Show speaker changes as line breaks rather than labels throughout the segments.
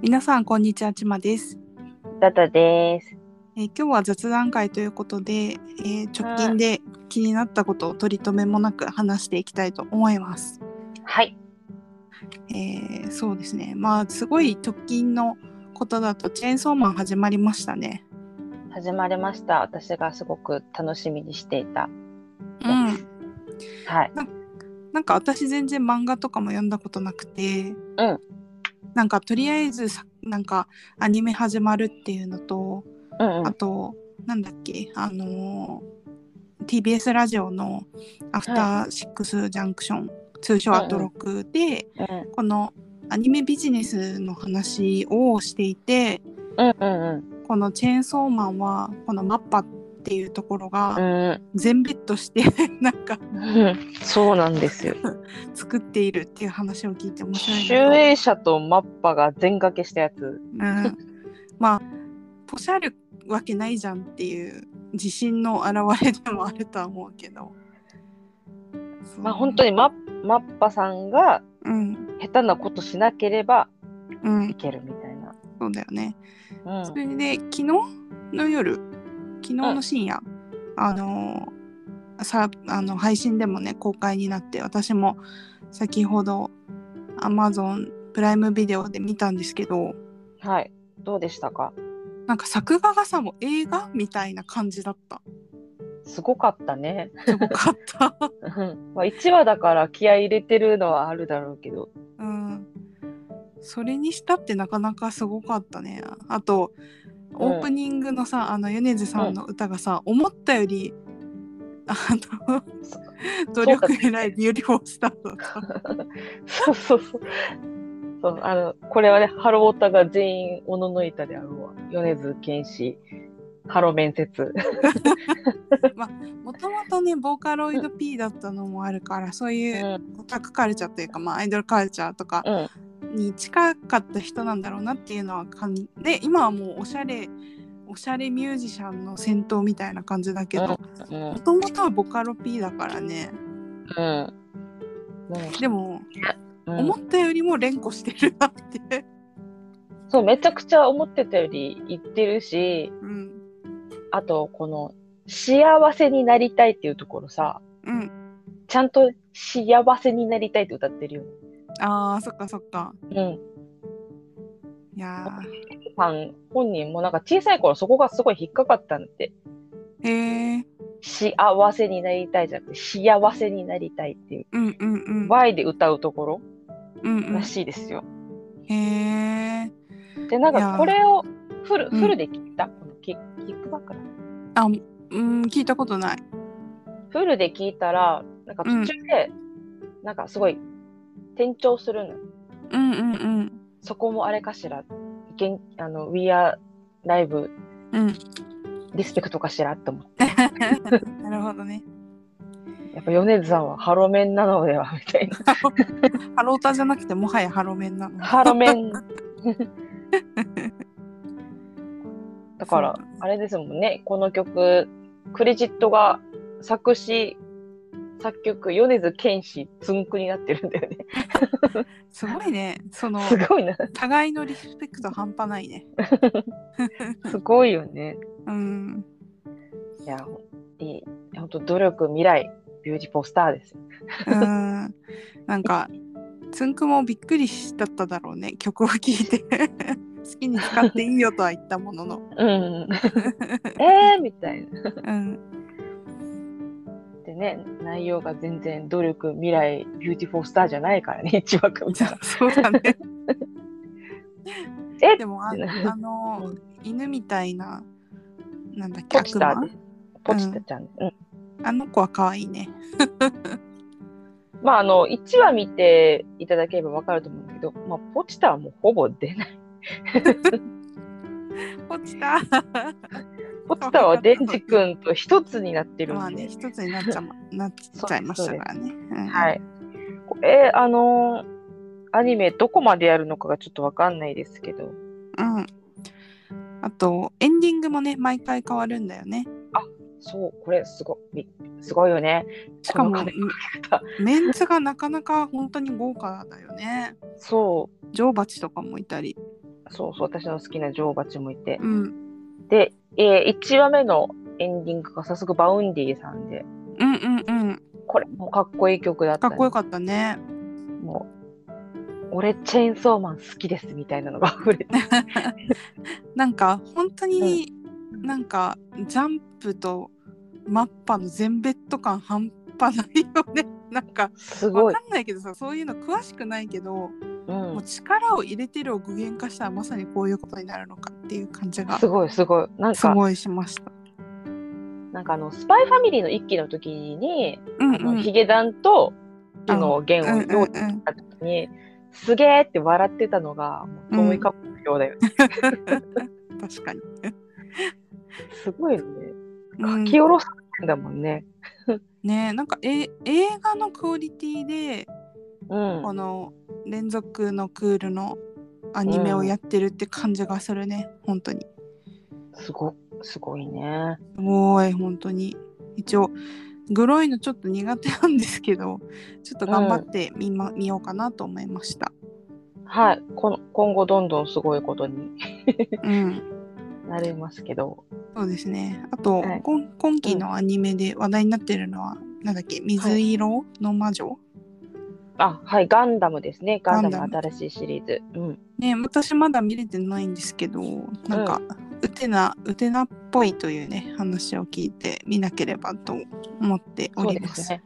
皆さんこんにちはちまです、
だとです。
えー今日は雑談会ということで、えー直近で気になったことを取り留めもなく話していきたいと思います。
はい。
えーそうですねまあすごい直近のことだとチェーンソーマン始まりましたね。
始まりました。私がすごく楽しみにしていた。
うん、
はい。
なんか私全然漫画とかも読んだことなくて、
うん
なんかとりあえずさなんかアニメ始まるっていうのと、
うんうん
あ。と、なんだっけ、あのー TBS ラジオのアフターシックスジャンクション、通称アトロクで、
うん
このアニメビジネスの話をしていて、
うんうん
このチェーンソーマンは、このマッパっていうところ
う
が
ん。
全ベッドして なんか
うん。そうなんですよ。
作っているっていう話を聞いて面白い
集
なと
英社とマッパが全掛けしたやつ。
うん、まあポシャるわけないじゃんっていう自信の表れでもあるとは思うけど
まあ本当
に
にママッパさんが
うん
下手なことしなければ
うん
いけるみたいな。
そうだよね
うん
そ。れで昨日の夜昨日の深夜、あのさあの配信でもね公開になって私も先ほど Amazon プライムビデオで見たんですけど
はい。どうでしたか
なんか作画がさもう映画みたいな感じだった
すごかったね。
すごかった
うんまあ1話だから気合い入れてるのはあるだろうけど。
うん、それにしたってなかなかすごかったねあと
うん
オープニングのさ、あの米津さんの歌がさ、思ったよりあの
そ
努力偉いビューティフォースターだった
そうそうそう。そうあのこれはね、ハロータが全員おののいたであろうわ。米津玄師、ハロ面接。
もともとねボーカロイド P だったのもあるからそう
う、
いうんオタクカルチャーというか、まあ、アイドルカルチャーとか
うん、
に近かった人なんだろうなっていうのは感じで今はもうおしゃれおしゃれミュージシャンの先頭みたいな感じだけど
うん
も、ともとはボカロ P だからね
うん。
でも、
うん
思ったよりも連呼してるなって。
そう、めちゃくちゃ思ってたより言ってるし、
うん。
あと、この、幸せになりたいっていうところさ、
うん。
ちゃんと幸せになりたいって歌ってるよね。
ああ、そっかそっか。
うん。
いや
さん本人もなんか小さい頃そこがすごい引っかかったんだって。
ー。へえ。
幸せになりたいじゃなくて、幸せになりたいっていう。
うんうんうん。
Y で歌うところ
うんう
らしいですよ。
ん。へえ。
で、なん
いや
か
ー
これをフル
うん
フルで聞いた、このキキックバックだ
あ、うん、聞いたことない。
フルで聞いたら、なんか途中で、なんかすごい転調するの。
うんうんうん。
そこもあれかしら、げんあの We are Live
うん。
リスペクトかしらって思って。
なるほどね。
やっぱ米津さんはハロメンなのではみたいな。
ハロータじゃなくてもはやハロメンなの。
ハロメ ン。だから
そうなんで、す
あれですもんね、この曲、クレジットが作詞、作曲、米津玄師、つんくになってるんだよね。
すごいね。その、
すごいな。
互いのリスペクト半端ないね。
すごいよね。
うん。
いや、ほんいい。本当努力、未来、ビューティフォースターですよ。
うん。なんか、つんくもびっくりしだっただろうね。曲を聴いて。 好きに使っていいよとは言ったものの。
うん。えーみたいな。
うん。
でね、内容が全然努力、未来、ビューティフォースターじゃないからね、一枠みたいな。
そうだね。
え
でもあ、あの、犬みたいな、なんだっけ、
ポチ
悪
タ
魔、
ポチタちゃん。うん。
あの子は可愛いね。
まあ、あの、1話見ていただければわかると思うんだけど、まあ、ポチタはもうほぼ 出ない。
ポチタ
ポチタはデンジ君と一つになってる
まあ
んで。
ね、一つになっちゃ,、ま、 なっちゃいましたからね。うん
はい。これ、あのーアニメどこまでやるのかがちょっとわかんないですけど、
うん。あと、エンディングもね、毎回変わるんだよね。
そう、これすごい、すごいよね。
しかも
この壁
メンツがなかなか本当に豪華だよね。
そ
女王蜂とかもいたり。
う、そうそう、私の好きな女王蜂もいて。
うん
で、えー、1話目のエンディングが早速バウンディさんで、
うんうんうん
これもかっこいい曲だった、
かっこよかったね
もう、俺チェーンソーマン好きですみたいなのが溢れ て。
なんか本当になんかジャンプとマッパの全ベッド感半端ないよね なんか
すご
わ
い
か。んないけどさそういうの詳しくないけど、
う。
もうん力を入れてるを具現化したらまさにこういうことになるのかっていう感じが
すごい、すごい。なん
す
か、
ごいしました。
なんかあの、スパイファミリーの一期の時に、
うんう
あの
ん
ヒゲダンと、木の弦
うん
を
うんう
用意し
ん
た時に、すげーって笑ってたのが、もう、トモイカップのようだよね。
確かに。
すごいよね。
う
書
ん
き下ろすんだもんね。
ねえなんかえ映画のクオリティで
うん。
この連続のクールのアニメをやってるって感じがするね、本当に。
すご、すごいね。
すごい本当に。一応グロいのちょっと苦手なんですけどちょっと頑張ってみ,、ま、見ようかなと思いました。
はい。この今後どんどんすごいことに
うん
なりますけど。
そうですね。あと、
はい
こん今期のアニメで話題になってるのは、なんだっけ、水色の魔女、
あ、はい。ガンダムですね。ガン
ガ
ダ
ン
ム
ダ
の新しいシリーズ。うん。
ね、私まだ見れてないんですけど、なんか、ウテナ、ウテナっぽいというね、話を聞いて見なければと思ってお
そう
り
で
ます。
すね。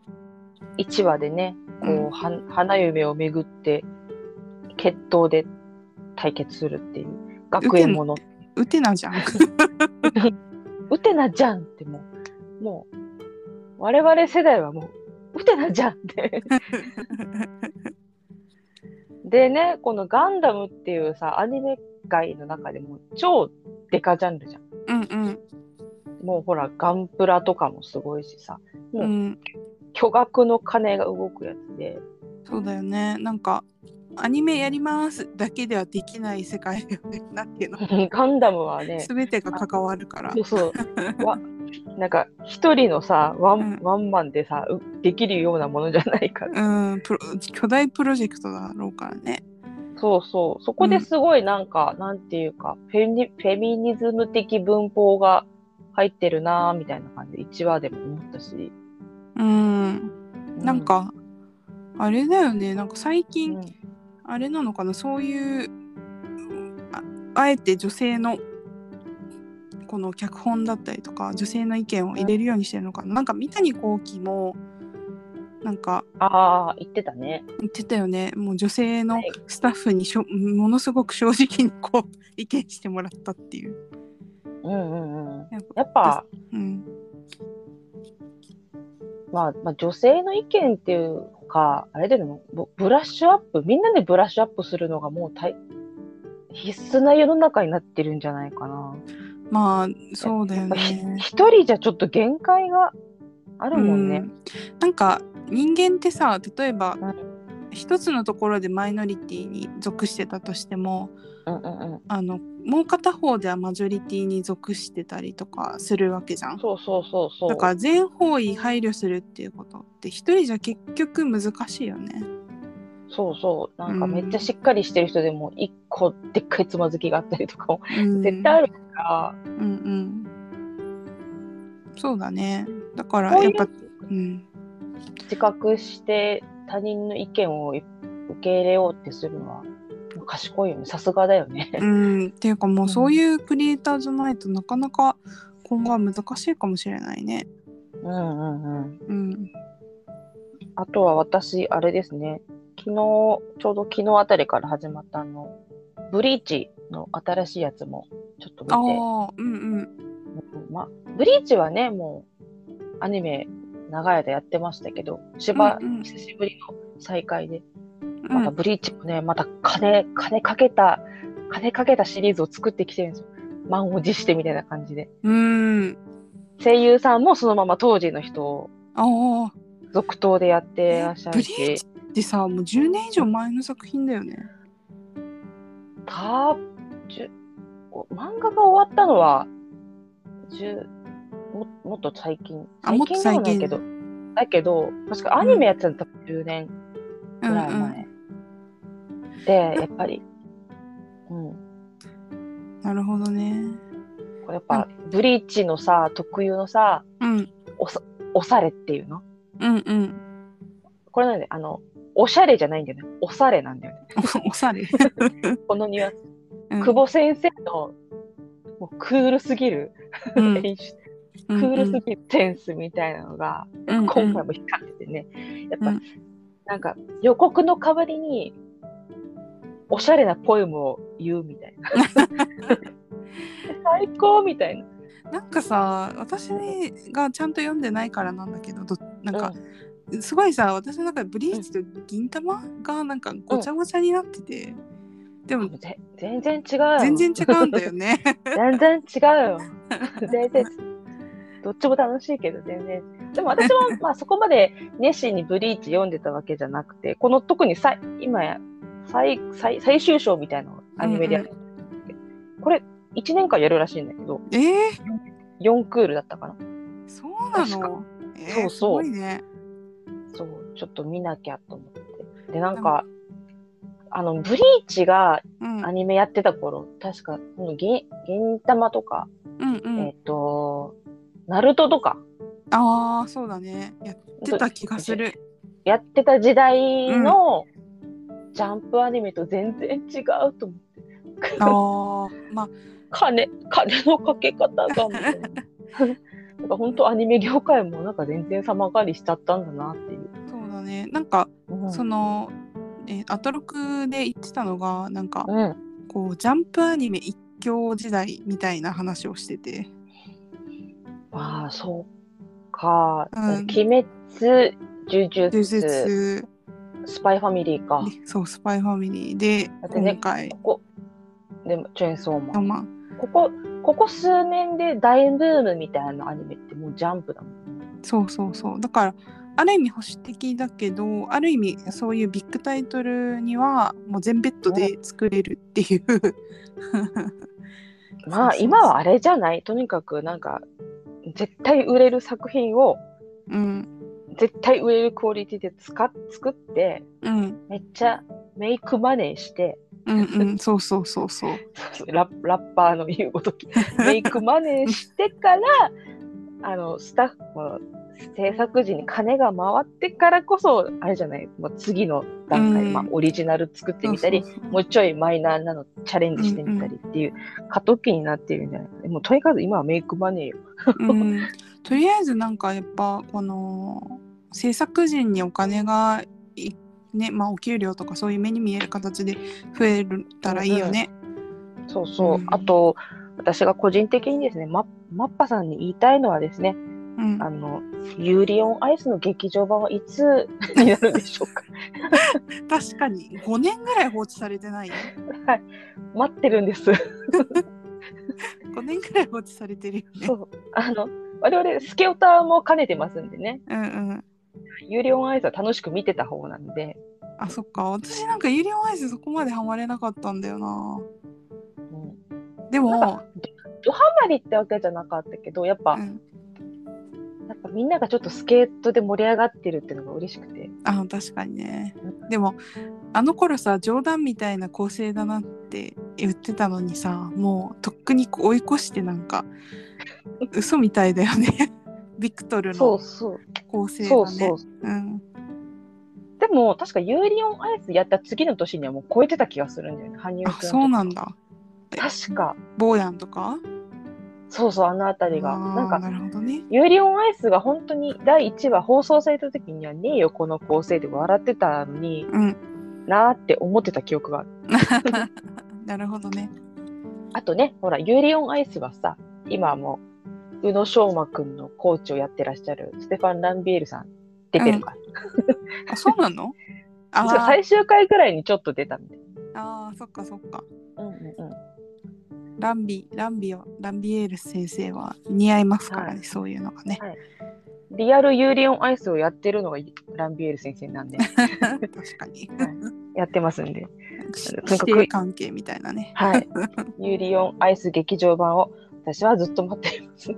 1話でね、こう、
うん
は花嫁をめぐって、決闘で対決するっていう。学園もの。
ウテナじ ゃん。
ウテナじゃんってもう、もう、我々世代はもう、ウテナじゃん って。でね、このガンダムっていうさ、アニメ界の中でも超デカジャンルじゃん。
うんうん。
もうほら、ガンプラとかもすごいしさ、う
うん、
巨額の金が動くやつで、
そうだよね。なんか、アニメやりますだけではできない世界だよね。なんていうの。
ガンダムはね
す、べてが関わるから
そう。そう、わなんか一人のさワン、
うん
ワンマンでさ、うできるようなものじゃないから。
うん、プロ巨大プロジェクトだろうからね。
そうそう。そこですごいなんか、なんていうかフェミ、フェミニズム的文法が入ってるなぁ、みたいな感じで、1話でも思ったし。
うん。
う
なん、か、あれだよねなんか最
う
近、
ん
あれなのかなそういうああえて女性のこの脚本だったりとか女性の意見を入れるようにしてるのかな、なんか三谷幸喜もなんか
ああ、言ってたね。
言ってたよねもう女性の
はい
スタッフにしょものすごく正直にこう 意見してもらったっていう。
うんうんうん。
なんか
やっぱ、
うん
まあ、まあ、女性の意見っていうか、あれでも、ブブラッシュアップ、みんなでブラッシュアップするのがもう大必須な世の中になってるんじゃないかな。
まあそうだよ
やっぱひ
ね。
一人じゃちょっと限界があるもんね。
うんなんか人間ってさ例えば、
うん
一つのところでマイノリティに属してたとしても
うんうんうん。
あのもう片方ではマジョリティに属してたりとかするわけじゃん。
そうそうそうそう。
だから全方位配慮するっていうことって一人じゃ結局難しいよね。
そうそう。なんか
うん
めっちゃしっかりしてる人でも、一個でっかいつまずきがあったりとかも、
うん
絶対あるか、
うんうんそうだね。だからら
こうい
や
う
っぱ、うん、
自覚して他人の意見を受け入れようってするのは、賢いよね。さすがだよね。
うん、っていうかもううんそういうクリエイターじゃないとなかなか今後は難しいかもしれないね。
うんうんうん。
うん、
あとは私、あれですね。昨日、ちょうど昨日あたりから始まったあの、ブリーチの新しいやつも、ちょっと見
あ
て。
あうんうん
うんまあ、ブリーチはね、もう、アニメ、長い間やってましたけど、芝、
うんうん
久しぶりの再会で、
う
また
ん。
ブリーチもね、また金、金かけた、金かけたシリーズを作ってきてるんですよ。満を持してみたいな感じで。
うん。
声優さんもそのまま当時の人を
あ
続投でやってらっし
あ、
ゃ
ブ
る
リー
し
チ、ってさ、もう10年以上前の作品だよね。
たじゅお漫画が終わったのは、じゅももっと最近。
あもっと最近
でもないけど。だけど、確かアニメやってたの多分10年
う
ぐ
んう
らい前。
ん。
で、やっぱり、うん。
なるほどね。
これやっぱブリーチのさ特有のさ
うん。
押されっていうの
うんうん。
これなんであのおしゃれじゃないんだよね押されなんだよね
おおされ。
このニュアンス、
うん
久保先生のもうクールすぎる
うん
演出、 クールすぎるセンスみたいなのが、
うんうん
今回も光っててねやっぱ、
うん
なんか予告の代わりにおしゃれなポエムを言うみたい な 最高みたいな
なんかさ私がちゃんと読んでないからなんだけどどなんか、すごいさ私の中でブリーチと銀玉がなんかごちゃごちゃになってて、で
うん
も
ぜ全然違うよ
全然違うんだよ ね。
全然違 うよ。全然。どっちも楽しいけど、全然。でも私 は、まあそこまで熱心にブリーチ読んでたわけじゃなくて、この特にさい今や最最最終章みたいなのアニメでやる、これ1年間やるらしいんだけど、
えー、
4クールだったかな。
そうなの、えー、
そうそう
すごいね。
そう、ちょっと見なきゃと思って。で、なんか、あの、ブリーチが
うん、う
ア
ん
ニメやってた頃、確か、この銀銀玉とか、
うん、
えっ、と、ナルトとか、
ああそうだねやってた気がする。
やってた時代のジャンプアニメと全然違うと思って、
ああまあ
金金のかけ方が みたいななんか本当アニメ業界もなんか全然様変わりしちゃったんだなっていう、
そうだねなんか、
うん、
その、えーアトロクで言ってたのがなんか、
うん
こうジャンプアニメ一強時代みたいな話をしてて。
まあそうか、
うん
鬼滅呪
呪
術
術
スパイファミリーか
でそう、スパイファミリーで、
だってね
今回
こ、こでもチェーンソーマ
の
ン
まあ
ここここ数年で大ブームみたいなアニメってもうジャンプだもん
そうそうそう。だから、ある意味保守的だけど、ある意味そういうビッグタイトルには、もう全ベッドで作れるって いう。
ま
そうそう
あ
そう
今はあれじゃないとにかくなんか絶対売れる作品を
うん、
絶対売れるクオリティで使っ作って
うん、
めっちゃメイクマネーして
うん、 うん、そうそうそうそう。
ラッラッパーの言うご ときメイクマネーしてからあのスタッフの制作時に金が回ってからこそあれじゃないもう次の段階、
うん
まあ、オリジナル作ってみたり
そうそうそう
もうちょいマイナーなのチャレンジしてみたりっていう過渡期になってるんじゃないかなもうとにかく今はメイクマネーよ。
うん、とりあえずなんかやっぱこの制作陣にお金がいねまあお給料とかそういう目に見える形で増えるたらいいよね。
そうそう、
うん
あと私が個人的にですねママッパさんに言いたいのはですね
うん、
あのユーリオンアイスの劇場版はいつになるでしょ うか
確かに5年ぐらい放置されてない
待ってるんです
5年ぐらい放置されてるよね
そ。うあの我々スケオタも兼ねてますんでね
うんうん、
ユーリオンアイスは楽しく見てた方なんで、
あそっか私なんか有料アイスそこまでハマれなかったんだよな。
うん、
でも、
ドハマりってわけじゃなかったけどやっぱ、
うん、
やっぱみんながちょっとスケートで盛り上がってるっていうのが嬉しくて
あ確かにね。でもあの頃さ冗談みたいな構成だなって言ってたのにさもうとっくに追い越してなん か嘘みたいだよね ビクトル
そう
の
そう
構成
そう
が
そ
ね
う。
うん
でも確かユーリオンアイスやった次の年にはもう超えてた気がするんだよね羽生
あ
君と
そうなんだ。
確か
坊やんとか
そうそうあの辺りが
あー
なんか
なるほどね。
ユーリオンアイスが本当に第1話放送された時にはねえよこの構成で笑ってたのに
うん。
なーって思ってた記憶がある
なるほどね。
あとねほらユーリオンアイスはさ今はもう宇野昌磨君のコーチをやってらっしゃるステファン・ランビエールさん出てるから、
あそうな の
実は
あー
最終回ぐらいにちょっと出たみたい
あーそっかそっか。
な、うんうんうん、
ランビランビオランビエール先生は似合いますからね、
は
そういうのが ね。
リアルユーリオンアイスをやってるのがランビエール先生な んで
確かに。
やってますんで
師
とにかく
弟関係みたいなね。
はい。ユーリオンアイス劇場版を 私はずっと待っています。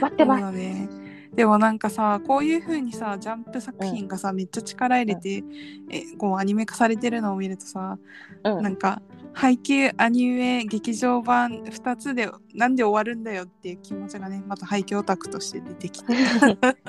待っ
そ
て
う
ます。
だね。でもなんかさこういう風にさジャンプ作品がさ、めっちゃ力入れて、えこうアニメ化されてるのを見るとさ、
うん
なんか配給アニメ劇場版2つでなんで終わるんだよっていう気持ちがねまた廃墟オタクとして出てきて
確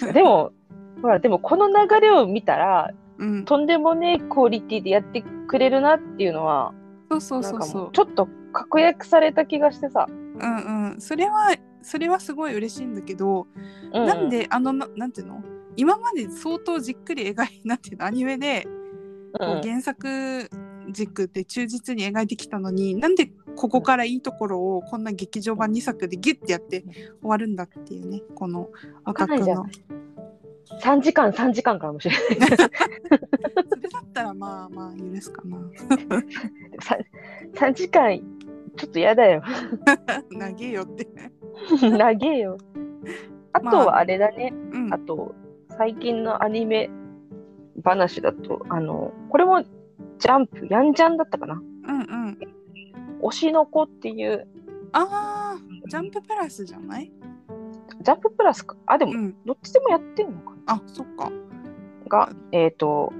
かにでもほらでもこの流れを見たら
うん
とんでもねえクオリティでやってくれるなっていうのは
そうそう
な
そ
ん
う
か
そ
も
う
うちょっと確約された気がしてさ、
うんうんそれはそれはすごい嬉しいんだけど、
う
なんであのななんていうの今まで相当じっくり描いなんていうの アニメで
うん
こう原作軸で忠実に描いてきたのになんでここからいいところをこんな劇場版2作でギュッてやって終わるんだっていうねこのオタク
わかんないじゃ
の
ん3時間3時間かもしれな
そ
い
れだったらまあまあ許すかな
3, 時間ちょっとやだよ
長えよって
長えよあとはあれだね、
うん
あと最近のアニメ話だとあのこれもジャンプやんじゃんだったかな
うんうん
推しの子っていう
あージャンププラスじゃない
ジャンププラスかあでも
うん
どっちでもやってるのかな
あそっか
がえっ、と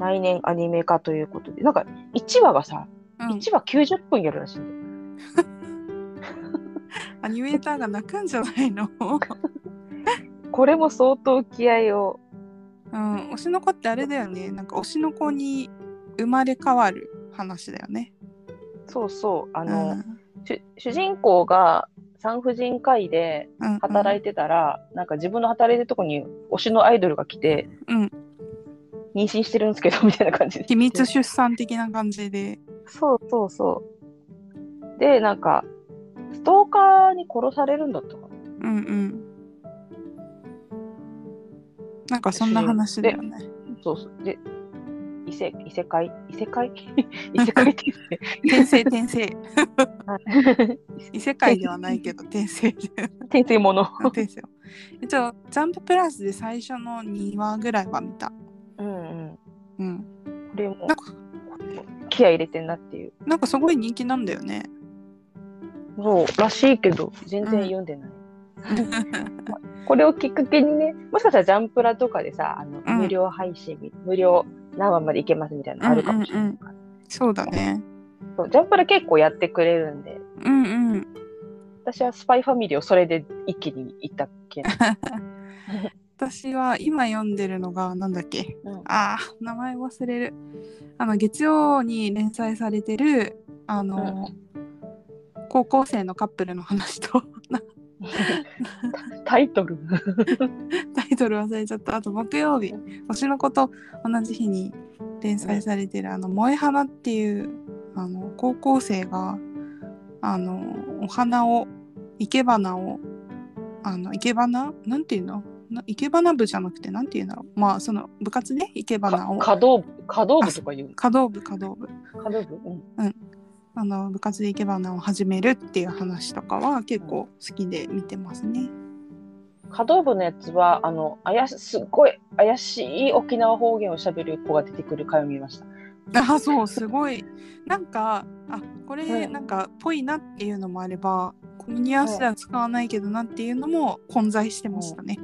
来年アニメ化ということでなんか1話がさ
うん
1話90分やるらしいんだよ
アニメーターが泣くんじゃないの
これも相当気合を
うん推しの子ってあれだよねなんか推しの子に生まれ変わる話だよね
そうそうあ
あ
の、主主人公が産婦人科医で働い
て
てたら、なんか自分の働いてるとこに推しのアイドルが来て、
うん
妊娠してるんですけどみたいな感じで
秘密出産的な感じで
そうそうそうでなんかストーカーに殺されるんだったかな
うんうん。なんかそんな話だよね。
そうそうで異世異世界異世 界異世界って言 って
転生転生。
はい
異世界ではないけど転生で。
転生もの、
転生。一応ジャンププラスで最初の2話ぐらいは見た。
うんうん、こ
うん。
れも
なんか
これも気合い入れてんなっていう
なんかすごい人気なんだよね。
そうらしいけど全然読んで ない、これをきっかけにねもしかしたらジャンプラとかでさあの、
うん
無料配信無料何話までいけますみたいなのあるかもしれないから、
そうだね。
そうジャンプラ結構やってくれるんで
うんうん。
私はスパイファミリーをそれで一気にいったっけ な
私は今読んでるのがなんだっけ、
うん
あー名前忘れるあの月曜に連載されてるあの、高校生のカップルの話と
タイトル
タイトル忘れちゃった。あと木曜日、星の子と同じ日に連載されてる、あの、萌え花っていう、あの、高校生が、あの、お花を、生け花を、あの、生け花なんていうのな生け花部じゃなくて、なんていうんだろう。まあ、その、部活ね、生け花を、
可動部可動部とか言う
華道部、華道部。
可動部、うん、
あの、部活で生け花を始めるっていう話とかは結構好きで見てますね。
可動部のやつはあの怪しすっごい怪しい沖縄方言をしゃべる子が出てくる回を見ました
あそうすごいなんかあこれ
うん
なんかぽいなっていうのもあれば、このニュアンスでは使わないけどなっていうのも混在してましたね。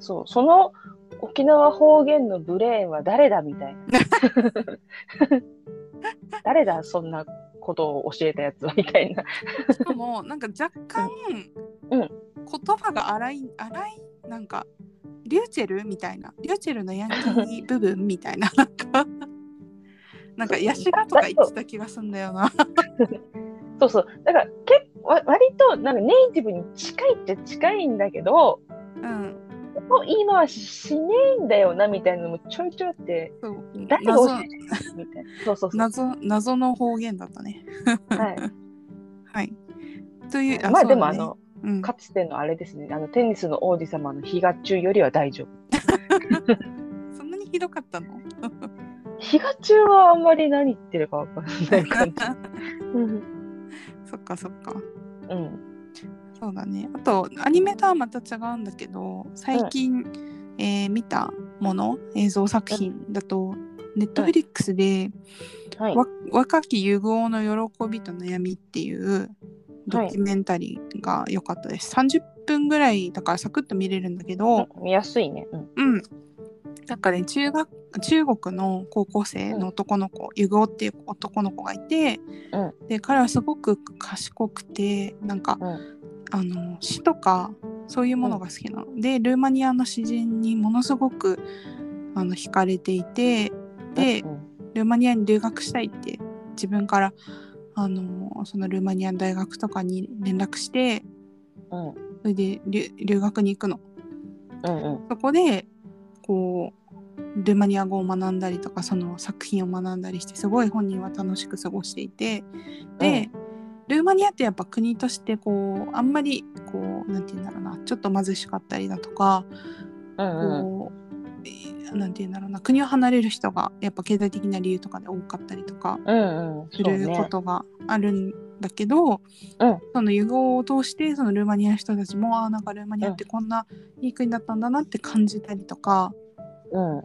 そうその沖縄方言のブレーンは誰だみたいな誰だそんなことを教えたやつはみたいな
しかもなんか若干、
うん
言葉が荒い荒いなんかリューチェルみたいなリューチェルのヤンキー部分みたいななんか なんかヤシガとか言ってた気がすんだよな。
そうそうだからけわ割となんかネイティブに近いっちゃ近いんだけど
うん、
もう言い回ししねえんだよなみたいなのもちょいちょいあって
そう
誰が教
謎
えてるみたいなそうそうそう、
謎謎の方言だったね。
はい、
はい、という
まあ
そう
でも
だ
あ
ね
の
うん
かつてのあれですねあのテニスの王子様の比嘉中よりは大丈夫
そんなにひどか ったの
比嘉中はあんまり何言ってるかわかんない感じ、うん
そっかそっか
うん
そうだねあとアニメとはまた違うんだけど最近、えー見たもの映像作品だと、ネットフリックスで、
はい。
わ若き融合の喜びと悩み」っていうドキュメンタリーが良かったです、30分ぐらいだからサクッと見れるんだけど、
見やすいね。うん。
うん。なんかね、中学、中国の高校生の男の子、ユグオっていう男の子がいて、
う
で、彼はすごく賢くて、なんか、
うん
あの、詩とか、そういうものが好きなの、で、ルーマニアの詩人にものすごく、あの、惹かれていて、で
う、ん
ルーマニアに留学したいって、自分から、あの、そのルーマニアの大学とかに連絡して、
うん
それで留留学に行くの。
うんうん
そこでこうルーマニア語を学んだりとかその作品を学んだりしてすごい本人は楽しく過ごしていてで、ルーマニアってやっぱ国としてこうあんまりこうなんて言うんだろうなちょっと貧しかったりだとか、
うんうん
こうえーなんて言うんだろうな国を離れる人がやっぱ経済的な理由とかで多かったりとか
うんうん。
す
そう
る
ね
ことがあるんだけど、
うん
そのユゴを通してそのルーマニアの人たちもあーなんかルーマニアってこんないい国だったんだなって感じたりとか。
うん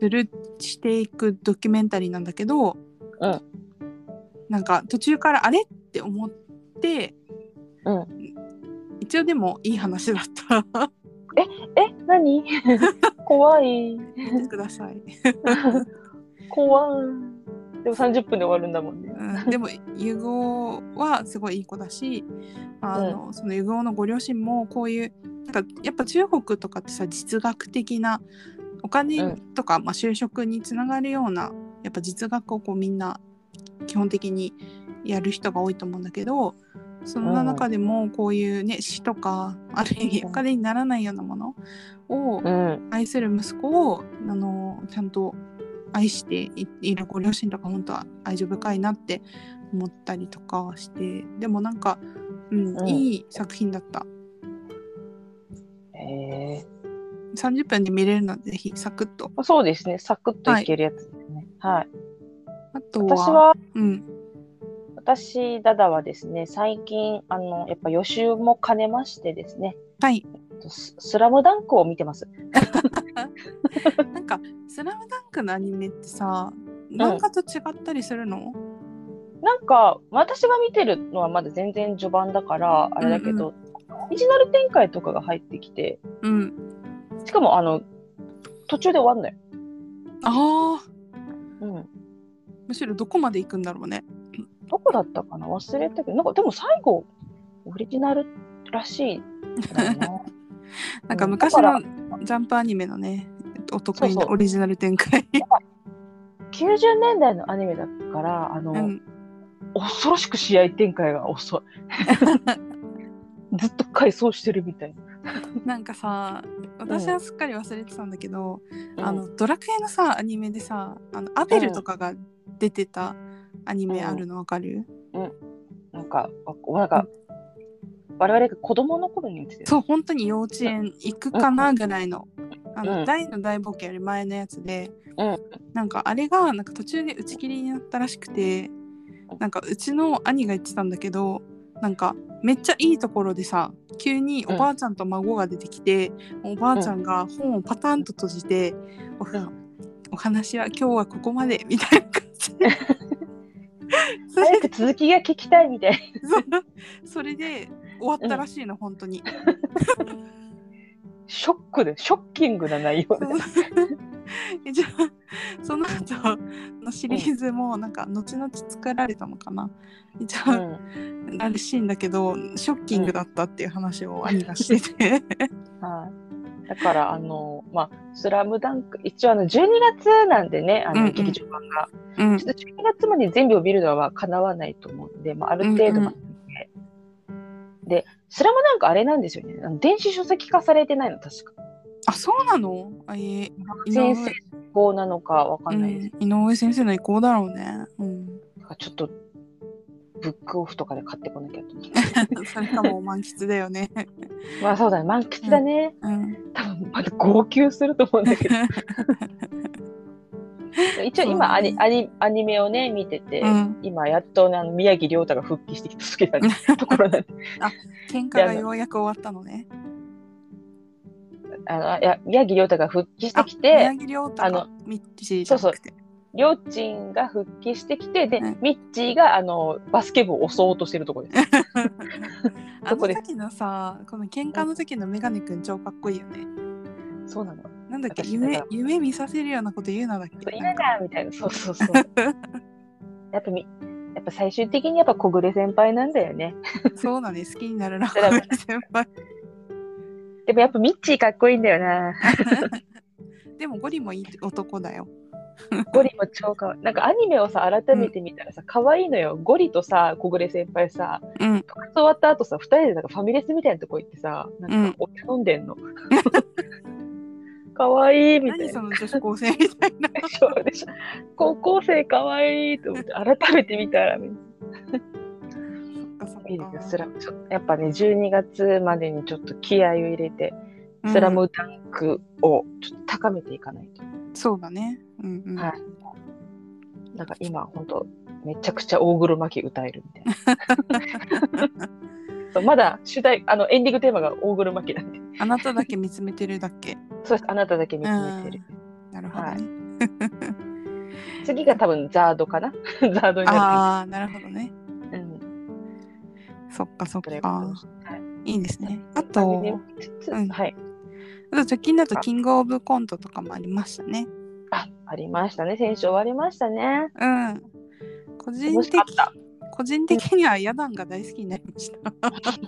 するしていくドキュメンタリーなんだけど、
うん
なんか途中からあれって思って
うん。
一応でもいい話だったら
え、何怖い。
見てください、
怖い。でも30分で終わるんだもんね。
うん、でもユゴはすごいいい子だしあの、そのユゴのご両親もこういうなんかやっぱ中国とかってさ実学的なお
う
金とか、まあ、就職につながるようなやっぱ実学をこうみんな基本的にやる人が多いと思うんだけどそんな中でもこういうね詩とかある意味
うん
お金にならないようなものを
うん。
愛する息子をあのちゃんと愛していいるご両親とか本当は愛情深いなって思ったりとかしてでもなんか、うん
うん
いい作品だった
え
30分で見れるのでぜひサクッと
ー、そうですね。サクッといけるやつですね。はい。
あとは
私は、
うん
私、ダダはですね、最近、あの、やっぱ予習も兼ねましてですね、
はい
ススラムダンクを見てます。
なんか「スラムダンクのアニメってさ漫画と違ったりするの、
なんか、私が見てるのはまだ全然序盤だから、あれだけど、オリジナル展開とかが入ってきて、
うん、
しかも、あの、途中で終わんのよ。
ああ
うん。
むしろどこまで行くんだろうね
どこだったかな忘れたけど、なんかでも最後、オリジナルらしいんだよ な。
なんか
うん
昔
だから
のジャンプアニメのねお得意
そう
な
そう
オリジナル展開
90年代のアニメだから、あの、
うん
恐ろしく試合展開が遅い。 ずっと回想してるみたいな。
なんかさ私はすっかり忘れてたんだけど、あ
うん
のドラクエのさアニメでさあのアベルとかが出てたアニメあるのわかる、
なんか、わなんか、我々が子供の頃に見てて、
そう本当に幼稚園行くかなぐらいの,、あ
う
の
ん
大の大冒険より前のやつで、
うん
なんかあれがなんか途中で打ち切りになったらしくてなんかうちの兄が言ってたんだけどなんかめっちゃいいところでさ急におばあちゃんと孫が出てきて、おばあちゃんが本をパタンと閉じて、お
ん
お話は今日はここまでみたいな感じ でそれ
早く続きが聞きたいみたいな。
そそれで終わったらしいの、本当に。
ショックで、ショッキングな内 容で。
えじゃあその後のシリーズもなんか後々作られたのかな一
う
応
ん
あるシーンだけどショッキングだったっていう話を兄がしてて
はい。だから、あの、まあ、スラムダンク、一応、あの、12月なんでね、あ
うん
の、
うん
劇場版が。
うん
ちょっと12月まで全部を見るのはかなわないと思うんで、まあ、ある程度まで見て、で、スラムダンクあれなんですよね。あの電子書籍化されてないの、確か。
あそうなのあえー井上
先生こうなのかわかんないです。
うん井上先生の意向だろうね、うん、
だからちょっと、ブックオフとかで買ってこなきゃと思って。
それかもう満喫だよね、
まあそうだね、満喫だね。
うん、
多分まだ号泣すると思うんだけど。一応今アニアニアニメをね見てて、
うん
今やっとねあの宮城亮太が復帰してきた時なんで ところなんで
喧嘩がようやく終わったのね
あのいや宮城亮太が復帰してき
あ宮
て
城亮太
あ
が
の
ミッチーじゃなくて
りょうちんが復帰してきて、で
うん、
ミッチーが、あの、バスケ部を襲おうとしてるところです。
あ
そこ
の
です
時のさ、この喧嘩の時のメガネくん超かっこいいよね。
そうなの。
なんだっけ、
私だか
夢
ら
夢見させるようなこと言うなだっけ。な
嫌
んか
だみたいな。そうそうそう。やっぱみ、やっぱ最終的にやっぱ小暮先輩なんだよね。
そうだね、好きになるな、
だから
先輩。
でもやっぱミッチーかっこいいんだよ な。
でもゴリもいい男だよ。
ゴリも超かわいい。なんかアニメをさ、改めて見たらさ、可愛いのよ。ゴリとさ、小暮先輩さ、
うん。
部活終わった後さ、二人でなんかファミレスみたいなとこ行ってさ、なんかお茶飲んでんの。 可愛いみた
何
い
そ の
な。
女子高生みたいな。
でしょでしょ高校生可愛いと思って、改めて見たら、
そっかそっか
いいですよ、スラム。ちょやっぱね、12月までにちょっと気合を入れて、スラムダンクをちょっと高めていかないと。
うんそうだね。うんうん。
はいなんか今、本当めちゃくちゃ大黒摩季歌えるみたい な。そうまだ主題、あの、エンディングテーマが大黒摩季なんで。
あなただけ見つめてるだけ。
そうです、あなただけ見つめてる。
なるほどね。
はい次が多分ザードかな ザードにな
ああ、なるほどね。
る。うん。
そっかそっ
それが楽
か。
しみはい
いいですね。あ
アニメ
と
を、見つつ
うん
はい。
あと直近だとキングオブコントとかもありましたね。
あ、ありましたね。先週終わりましたね。
うん。個人
楽し
的
かった。
個人的にはヤダンが大好きになりました。
す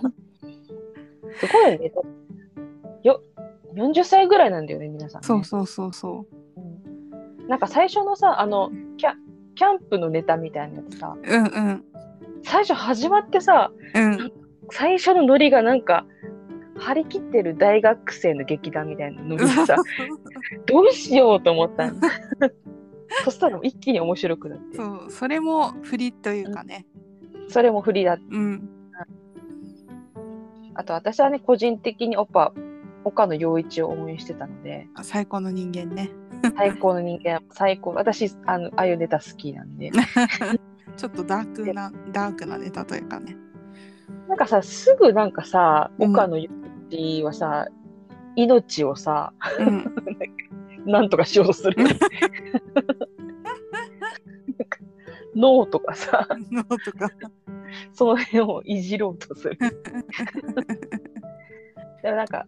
ごいね。よ、40歳ぐらいなんだよね、皆さんね、
そうそうそうそ
うんなんか最初のさ、あの、キャキャンプのネタみたいなやつさ
う。、うんうん。
最初始まってさ、
うん。
最初のノリがなんか、張り切ってる大学生の劇団みたいなノ リでさ、どうしようと思ったのそしたら一気に面白くなって、
そう、それも振りというかね。
それも振りだ
うん。
あと私はね、個人的にオパ、岡野陽一を応援してたので、
あ最高の人間ね。
最高の人間、最高。私、あの、ああいうネタ好きなんで。
ちょっとダークな、ダークなネタという かね。
なんかさ、すぐなんかさ、
うん
岡野陽一はさ、命をさ、
うん。
なんとかしようとするよね。脳とかさ、
のとか。
その辺をいじろうとする。でもなんか、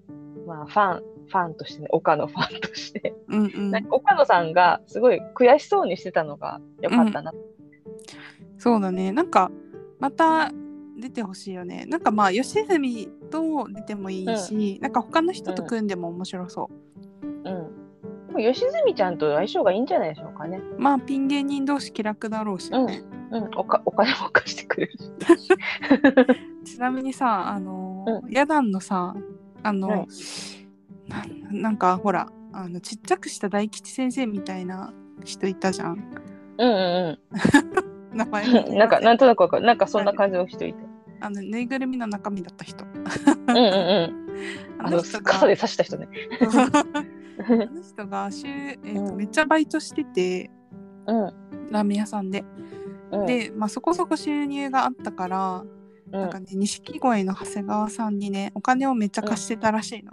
まあ、ファン、ファンとしてね、岡野ファンとして、
うんうん
なん。か岡野さんがすごい悔しそうにしてたのが良かったな。
そうだね。なんか、また出てほしいよね。なんかまあ、吉住と出てもいいし、なんか他の人と組んでも面白そう。
うん。でも吉住ちゃんと相性がいいんじゃないでしょうかね。
まあ、ピン芸人同士気楽だろうしね。
うん、おかお金も貸してくれるし。
ちなみにさ、あのー、ヤダンのさ、あの、
はい
ななんかほら、あのちっちゃくした大吉先生みたいな人いたじゃん。
うんう
名前
ん うん。なんか、なんとなくわかる。なんかそんな
はい
感じの人いて。
あのぬいぐるみの中身だった人。
うんうんうん。
あ
あ
の
の、
人が
傘で刺した人ね。
あの人が週、えーと
うん
めっちゃバイトしてて
うん。
ラーメン屋さんで、
うん、
で、まあ、そこそこ収入があったから、
う
なん
ん
か、ね錦鯉の長谷川さんにねお金をめっちゃ貸してたらしいの。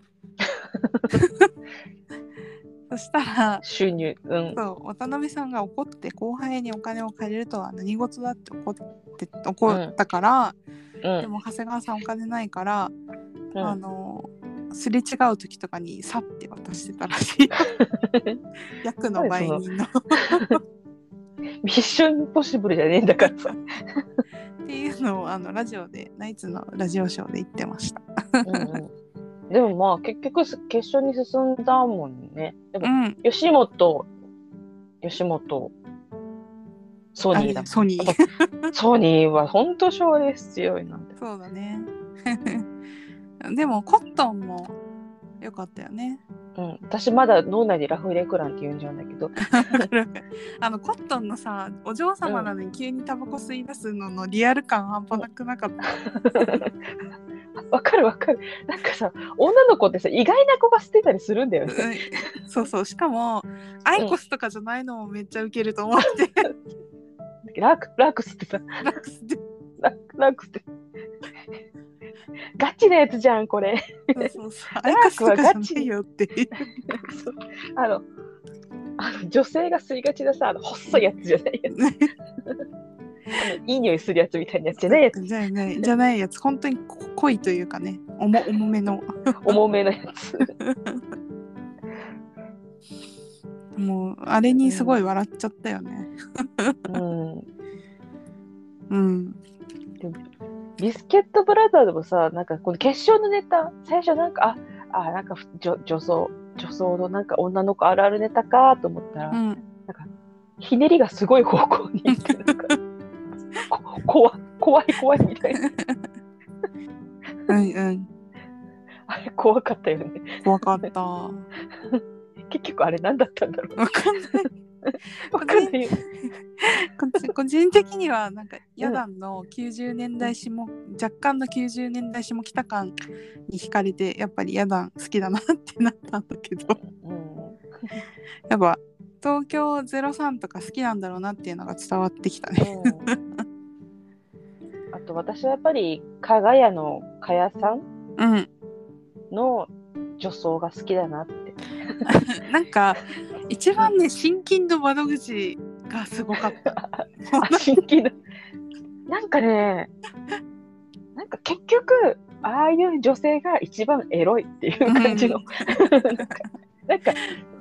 そしたら
収入。うん。
そう渡辺さんが怒って後輩にお金を借りるとは何事だって怒って怒ったから、
う
で
ん。
も長谷川さんお金ないから、
う
あ
ん。
のすれ違う時とかにさって渡してたらし い役の売人の。
ミッションインポッシブルじゃねえんだか らさ。
っていうのをあのラジオでナイツのラジオショーで言ってました。
うんうん。でもまあ、結局、す決勝に進んだもんね。で
う
も、
ん、
吉本、吉本、ソ
あ
ニー
れ
だ
だソニー。
ソニーは本当勝利強いなんて。
そうだね。 でもコットンも良かったよね。
うん、私まだ脳内でラフレクランって言うんじゃうんだけど、
あのコットンのさお嬢様なのに急にタバコ吸い出すののリアル感半端なくなかった。
わかるわかる。なんかさ、女の子ってさ、意外な子が捨てたりするんだよね。
うんそうそうしかもアイコスとかじゃないのもめっちゃウケると思って。
ラーク、ラークスってさ、
ラックスで
ラークラークスって。ガチなやつじゃん、これ。
そうそうそうアイコスとかじゃないよって。
そうあの、あの女性がすりがちなさ、あの細いやつじゃないやつ、いい匂いするやつみたいなやつじゃないやつ、
じゃないじゃないやつ本当にこ濃いというかね重重めの
重めのやつ。
もうあれにすごい笑っちゃったよね
うん、
うん
ビスケットブラザーズもさ、なんかこの決勝のネタ、最初なんか、あ、あなんか女女装、女装のなんか女の子あるあるネタかと思ったら、
うん
ひねりがすごい方向に行ってなん かこ怖い怖い怖いみたいな
うんうん
あれ怖かったよね
怖かったわ
結局あれ何だったんだろう
かんない
わかんないよ
こっち個人的にはなんかヤダンの90年代下若干の90年代下北感に惹かれてやっぱりヤダン好きだなってなったんだ けど
う
やっぱ東京03とか好きなんだろうなっていうのが伝わってきたね。
んうんあと私はやっぱり加賀屋の加谷さん
うん、
の女装が好きだなって
なんか一番ね親近の窓口がすごかった。
あ新規のなんかねなんか結局ああいう女性が一番エロいっていう感じ の、なんかなんか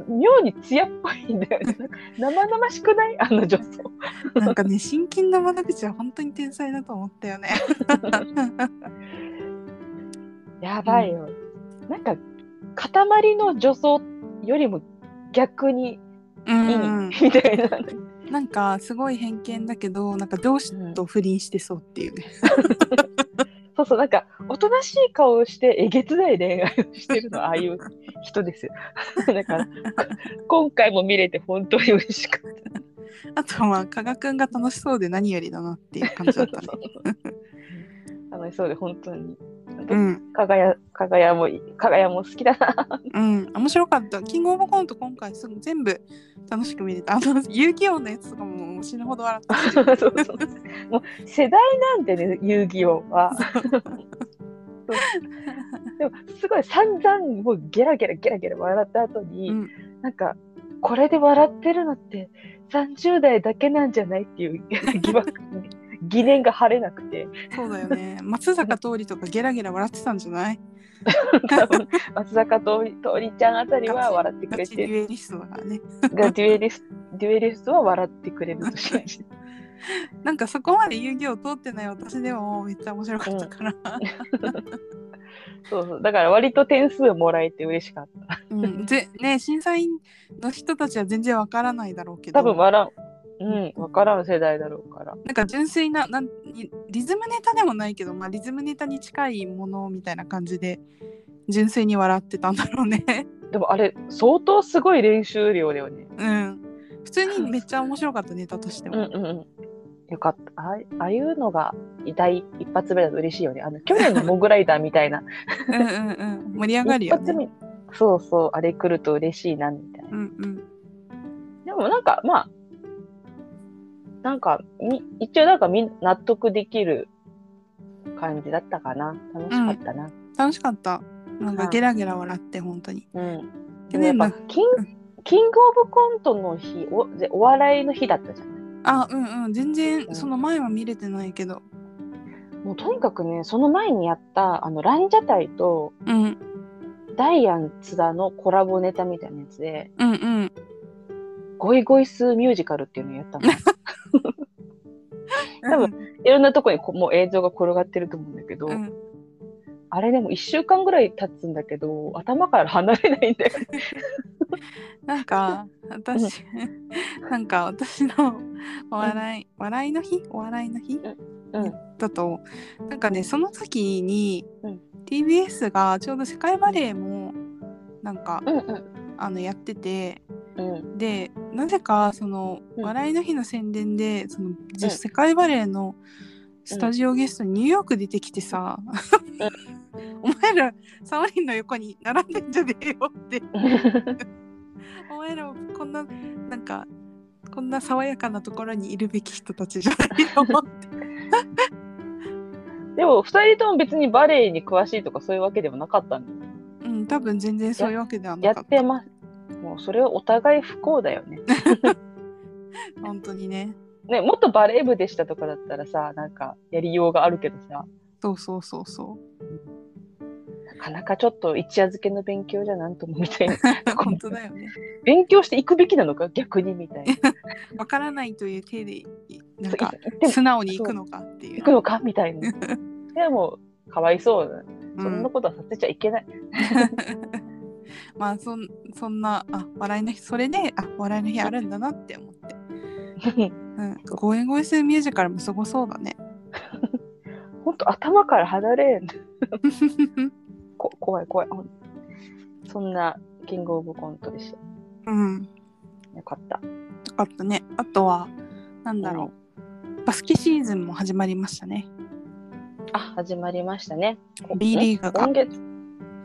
妙に艶っぽいんだよねなんか生々しくないあの女装
なんかね親近の窓口は本当に天才だと思ったよね。
やばいよ、なんか塊の女装よりも逆に
う
いい、
ん、
みたいな
なんかすごい偏見だけどなんか上司と不倫してそうっていうね。
そうそうなんかおとなしい顔をしてえげつない恋愛をしてるのああいう人ですよ だからこ今回も見れて本当に嬉しかっ
あとは加賀くんが楽しそうで何よりだなっていう感じだったね。
た楽しそうで本当に
うん、
かがやかがやもかがやも好きだな
うん、面白かった。キングオブコント今回すぐ全部楽しく見れた。あ の、遊戯王のやつとかも死ぬほど笑った。
そうそうもう世代なんでね遊戯王 はでもすごい散々もうゲラゲラゲラゲラ笑った後に、
うん
なんかこれで笑ってるのって30代だけなんじゃないっていう 疑惑疑念が晴れなくて
そうだよね。松坂桃李とかゲラゲラ笑ってたんじゃない
多分松坂桃李桃李ちゃんあたりは笑ってく
ガ
れ
チデ
て
ュエリストだからね。
がデュエリスデュエリストは笑ってくれると信じて
なんかそこまで遊戯王通ってない私でもめっちゃ面白かったから。
そうそうだから割と点数もらえて嬉しかった
うん、ぜね審査員の人たちは全然わからないだろうけど。
多分笑ううん分からん世代だろうか
な
ら
んか純粋ななんリリズムネタでもないけど、まあ、リズムネタに近いものみたいな感じで純粋に笑ってたんだろうね。
でもあれ相当すごい練習量だよね
うん、普通にめっちゃ面白かったネタとして
うん
も。
うんうんよかったああああいうのが第一発目だと嬉しいよねあの去年のモグライダーみたいな
うんうんうん、盛り上がるよ
一発
ね。
目そうそうあれ来ると嬉しいなみたいな、
うんうん
でもなんかまあなんかみ一応なんかみん納得できる感じだったかな楽しかったな
楽しかった。なんか
はい
ゲラゲラ笑って本当に。
うん、
去
でもやっ
年の
ぱキンキングオブコントの日おでお笑いの日だったじゃん
あうんうん全
う
然
ん
その前は見れてないけど。
もうとにかくねその前にやったあのランジャタイと
うん
ダイアン津田のコラボネタみたいなやつで
うんうん。
ゴイゴイスーミュージカルっていうのを やったの多分いろんなとこにこうもう映像が転がってると思うんだけど、
うん
あれでも1週間ぐらい経つんだけど頭から離れないんだよね
なんか私なんか私のお笑い、笑いの日お笑いの日、
うんうん
だとなんかねその時に、
うん
TBS がちょうど世界バレエもなんか、
うんうん
あのやってて
うん
でなぜかその、
うん
笑いの日の宣伝でその、
うん
世界バレエのスタジオゲストにニューヨーク出てきてさ、 お前らサオリンの横に並んでんじゃねえよってお前らもこんななんかこんな爽やかなところにいるべき人たちじゃないと思って
でも2人とも別にバレエに詳しいとかそういうわけでもなかったんだよ
うん多分全然そういうわけではな
や
かっ
ったてますもうそれはお互い不幸だよね。
本当にね
ね、もっとバレー部でしたとかだったらさ、なんかやりようがあるけどさ、
そうそうそう そ
なかなかちょっと一夜漬けの勉強じゃなんともみたいな。
う本当だよね
勉強していくべきなのか逆にみたいな。
わからないという手でなん
そう
か
いでも
素直に行くのかっていう
行くのかみたいな。でもうかわいそうだね
うん
そんなことはさせちゃいけない。
まあそんそんなあ笑いの日それであ笑いの日あるんだなって思って うんゴイゴイスーミュージカルもすごそう だね
ほんと頭から離れん。こ怖い怖い。ほんそんなキングオブコントでし
うん
た。よかった。
よかったね。あとは、なんだろう。バスケシーズンも始まりましたね。
あ、始まりましたね。こ
B リーグが
今月、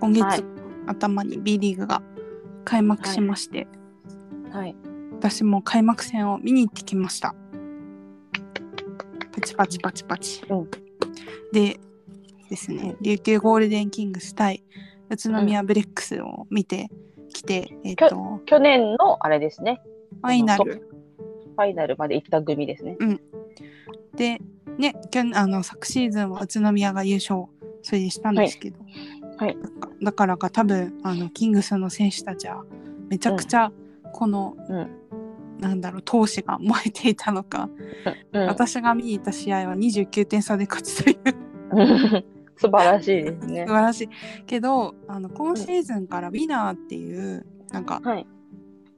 今月、
はい
頭に B リーグが開幕しまして、
はい。
私も開幕戦を見に行ってきました。パチパチパチパチ。
うん
でですね、琉球ゴールデンキングス対宇都宮ブレックスを見てきて、えっ、と、
去年のあれですね。
ファイナ
あの
ル
トファイナルまで行った 組ですね。
で、ね、きょんあの昨シーズンは宇都宮が優勝それでしたんですけど、
はいはい
だかだからか多分あのキングスの選手たちはめちゃくちゃこの、
う
なんだろう闘志が燃えていたのか、
うん
私が見に行った試合は29点差で勝ちという
素晴らしいですね
素晴。らしいけどあの今シーズンからウィナーっていうなんか
はい。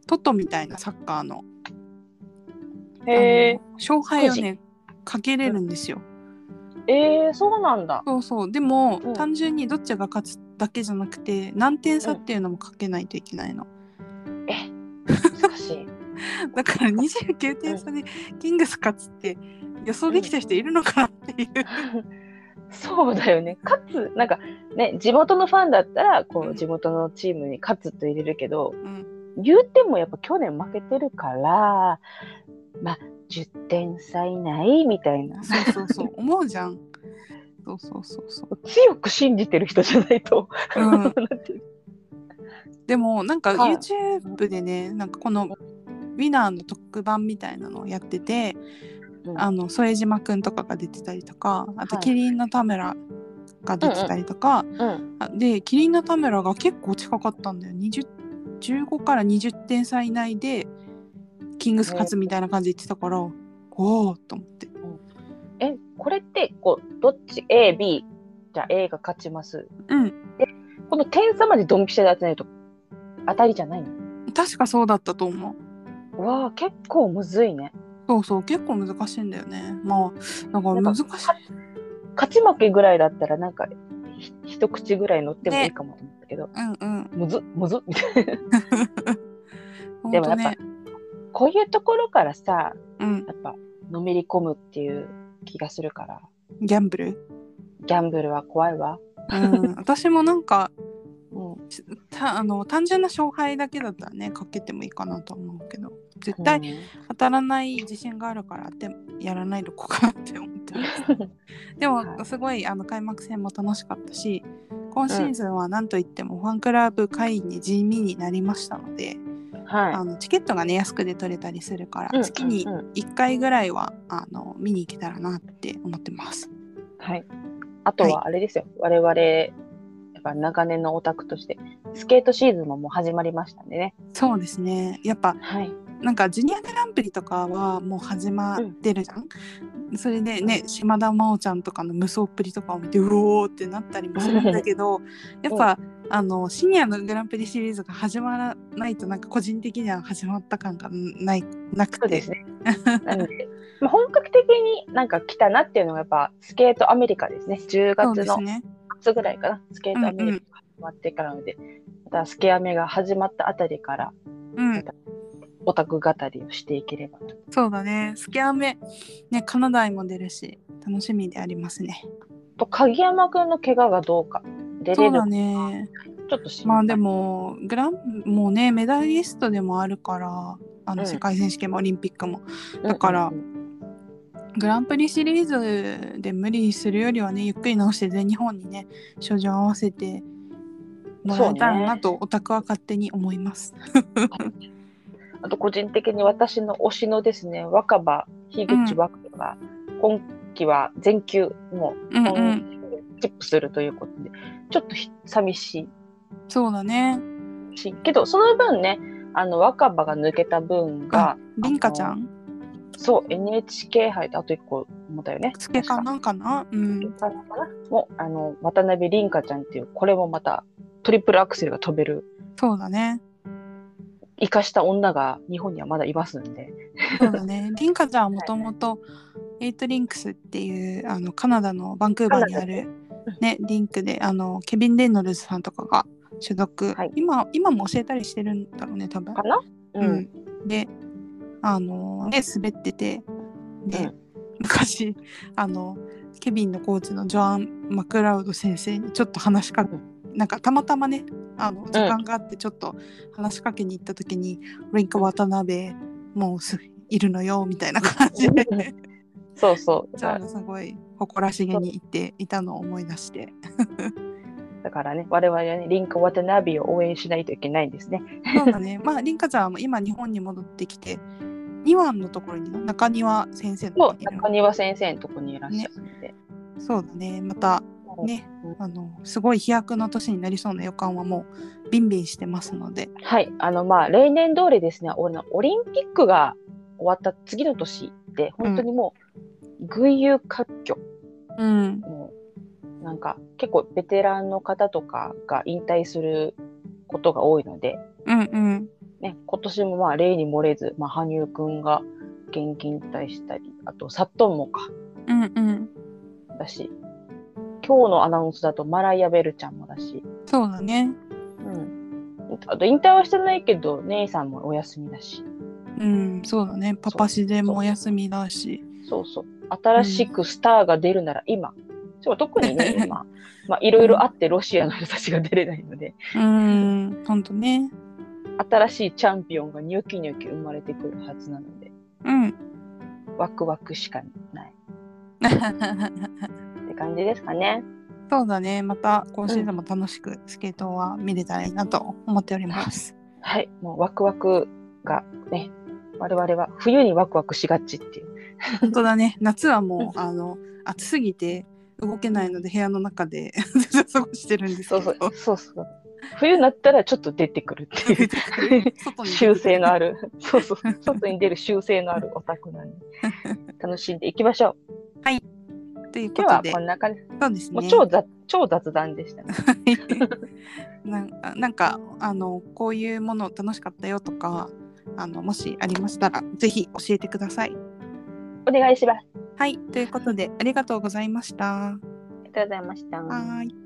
トトみたいなサッカーの,、
へ
あの勝敗をねかけれるんですよ。
え、えー、そうなんだ。
そうそうでも、
うん
単純にどっちが勝つだけじゃなくて何点差っていうのもかけないといけないの、
難しい。
だから29点差でキングス勝つって予想できた人いるのかなっていう、
そうだよね。勝つ、なんかね、地元のファンだったら、こ
う
う、
ん
地元のチームに勝つと入れるけど、
うん
言うてもやっぱ去年負けてるから、まあ、10点差以内みたいな。
そうそうそう思うじゃんそうそうそうそ
強く信じてる人じゃないと、
う、
な
うんん、
ていう
でもなんか
はい
YouTube でねなんかこのウィナーの特番みたいなのをやってて、
うん
あの副島くんとかが出てたりとかあと
はい
キリンの田村が出てたりとか、
の
あでキリンの田村が結構近かったんだよ20 15から20点差以内でキングス勝つみたいな感じで言ってたから、おおと思って
え、これって、こう、どっち、A、B、じゃあ A が勝ちます。
うん
この点差までドンピシャで当てないと、当たりじゃないの
確かそうだったと思う
うわあ、結構むずいね。
そうそう結構難しいんだよねまあだから難しい
勝ち負けぐらいだったら、なんか、ひ一口ぐらい乗ってもいいかもと思ったけど、
うんうん
むずっ、むずっ、みたいな。
本
でもや
当
っぱ
ね
こういうところからさ、
うん
やっぱ、のめり込むっていう気がするから、
ギャンブル、
ギャンブルは怖いわ。
うん、私もなんか
うん。
たあの単純な勝敗だけだったらねかけてもいいかなとは思うけど絶対
うん
当たらない自信があるからってやらないとこかなって思ってます で
は
も
い
すごいあの開幕戦も楽しかったし今シーズンは何といってもファンクラブ会員に地味になりましたので、
はい。
あのチケットがね安くで取れたりするから、
うん
月に
うんうん
1回ぐらいはあの見に行けたらなって思ってます。
はい。あとは、あれですよ。我々、やっぱ長年のオタクとして、スケートシーズンももう始まりましたんでね。
そうですねやっぱ
はい。
なんかジュニアグランプリとかはもう始まってるじゃん、それでね島田真央ちゃんとかの無双っぷりとかを見てうおーってなったりもするんだけどやっぱ、あのシニアのグランプリシリーズが始まらないとなんか個人的には始まった感がないなく
そうで
て
すね。なので、まあ、本格的になんか来たなっていうのがやっぱスケートアメリカですね。10
そう
月
で
の
すね
末ぐらいかな。スケートアメリカが始まってからなので、またスケアメが始まったあたりから
うん
オタク語りをしていければなと。
そうだねスケアメねカナダへも出るし楽しみでありますね
と鍵山くんの怪我がどうか。出
そ
れ
う
る
だね
ちょっと心配
まあでもグランもうねメダリストでもあるからあ
う
の
ん
世界選手権もオリンピックもだから
うんうん
グランプリシリーズで無理するよりはねゆっくり直して全日本にね症状合わせてもらえたらなとオタクは勝手に思います。
あと個人的に私の推しのですね、若葉、樋口若葉が、今期は全休、も
う
う、
んう
チ
ん、
ップするということで、ちょっとひ寂し
そうだね。
いし、けど、その分ね、あの、若葉が抜けた分が、
りんかちゃん、
そう、NHK 杯とあと一個もだよね。
つけかなんかな。う
確
ん。
かつけかなもう、あの、渡辺凛香ちゃんっていう、これもまた、トリプルアクセルが飛べる、
そうだね。
生かした女が日本にはまだいますんで、
そうだ ね。りんかちゃんはもともと、エイトリンクスっていうあのカナダのバンクーバーにある
ナダ、
ね、リンクであのケビン・レイノルズさんとかが所属、
はい
今今も教えたりしてるんだろうね多分
か。な
う。 ん、であのね滑っててで、
うん
昔あのケビンのコーチのジョアン・マクラウド先生にちょっと話しかけなんかたまたまねあの時間があってちょっと話しかけに行った時に「リンカ渡辺もうすいるのよ」みたいな感じで
そうそ う。
ジョアンがすごい誇らしげに言っていたのを思い出して
だからね、我々はね、リンク・ワタナビを応援しないといけないんですね。
そうだねまあリンカちゃんは今日本に戻ってきて2番のところに中庭先生
も
の
う、
いる
中庭先生のとこにいらっしゃるんで。
そうだねまたね
うん、
あのすごい飛躍の年になりそうな予感はもうビンビンしてますので、
はい、あの、まあ、例年通りですね、俺のオリンピックが終わった次の年で、本当にもう、群雄割拠。
うん、
もうなんか結構ベテランの方とかが引退することが多いので、
うんうん
ね、今年もまあ例に漏れず、まあ、羽生くんが現役引退したりあとサットンもか
うんうん
だし今日のアナウンスだとマライア・ベルちゃんもだし、
そうだね
うん、あと引退はしてないけど姉さんもお休みだし
うんそうだねパパしでもお休みだし
そうそう新しくスターが出るなら今、しかも特に ね今まあいろいろあってロシアの人たちが出れないので
うんほんとね
新しいチャンピオンがニョキニョキ生まれてくるはずなので
うん
ワクワクしかないって感じですかね。
そうだねまた今シーズンも楽しくスケートは見れたらいいなと思っており ます、
はい、もうワクワクがね、我々は冬にワクワクしがちっていう。
本当だね夏はもうあの暑すぎて動けないので部屋の中で 過ごしてるんですけ
そうそ
ど
う、 そうそう。冬になったらちょっと出てくるってい
出
う
てく る外に出てくる
修正のある、そうそう、外に出る修正のあるオタクなんで、楽しんでいきましょう。
というこ
今日
と
は
で
こんな感じ、
そうです
もう
ね
超雑超雑談でしたね。
なんかなんかあのこういうもの楽しかったよとかあのもしありましたらぜひ教えてください。
お願いします。
はいということでありがとうございました。は
ありがとうございました。
ーい。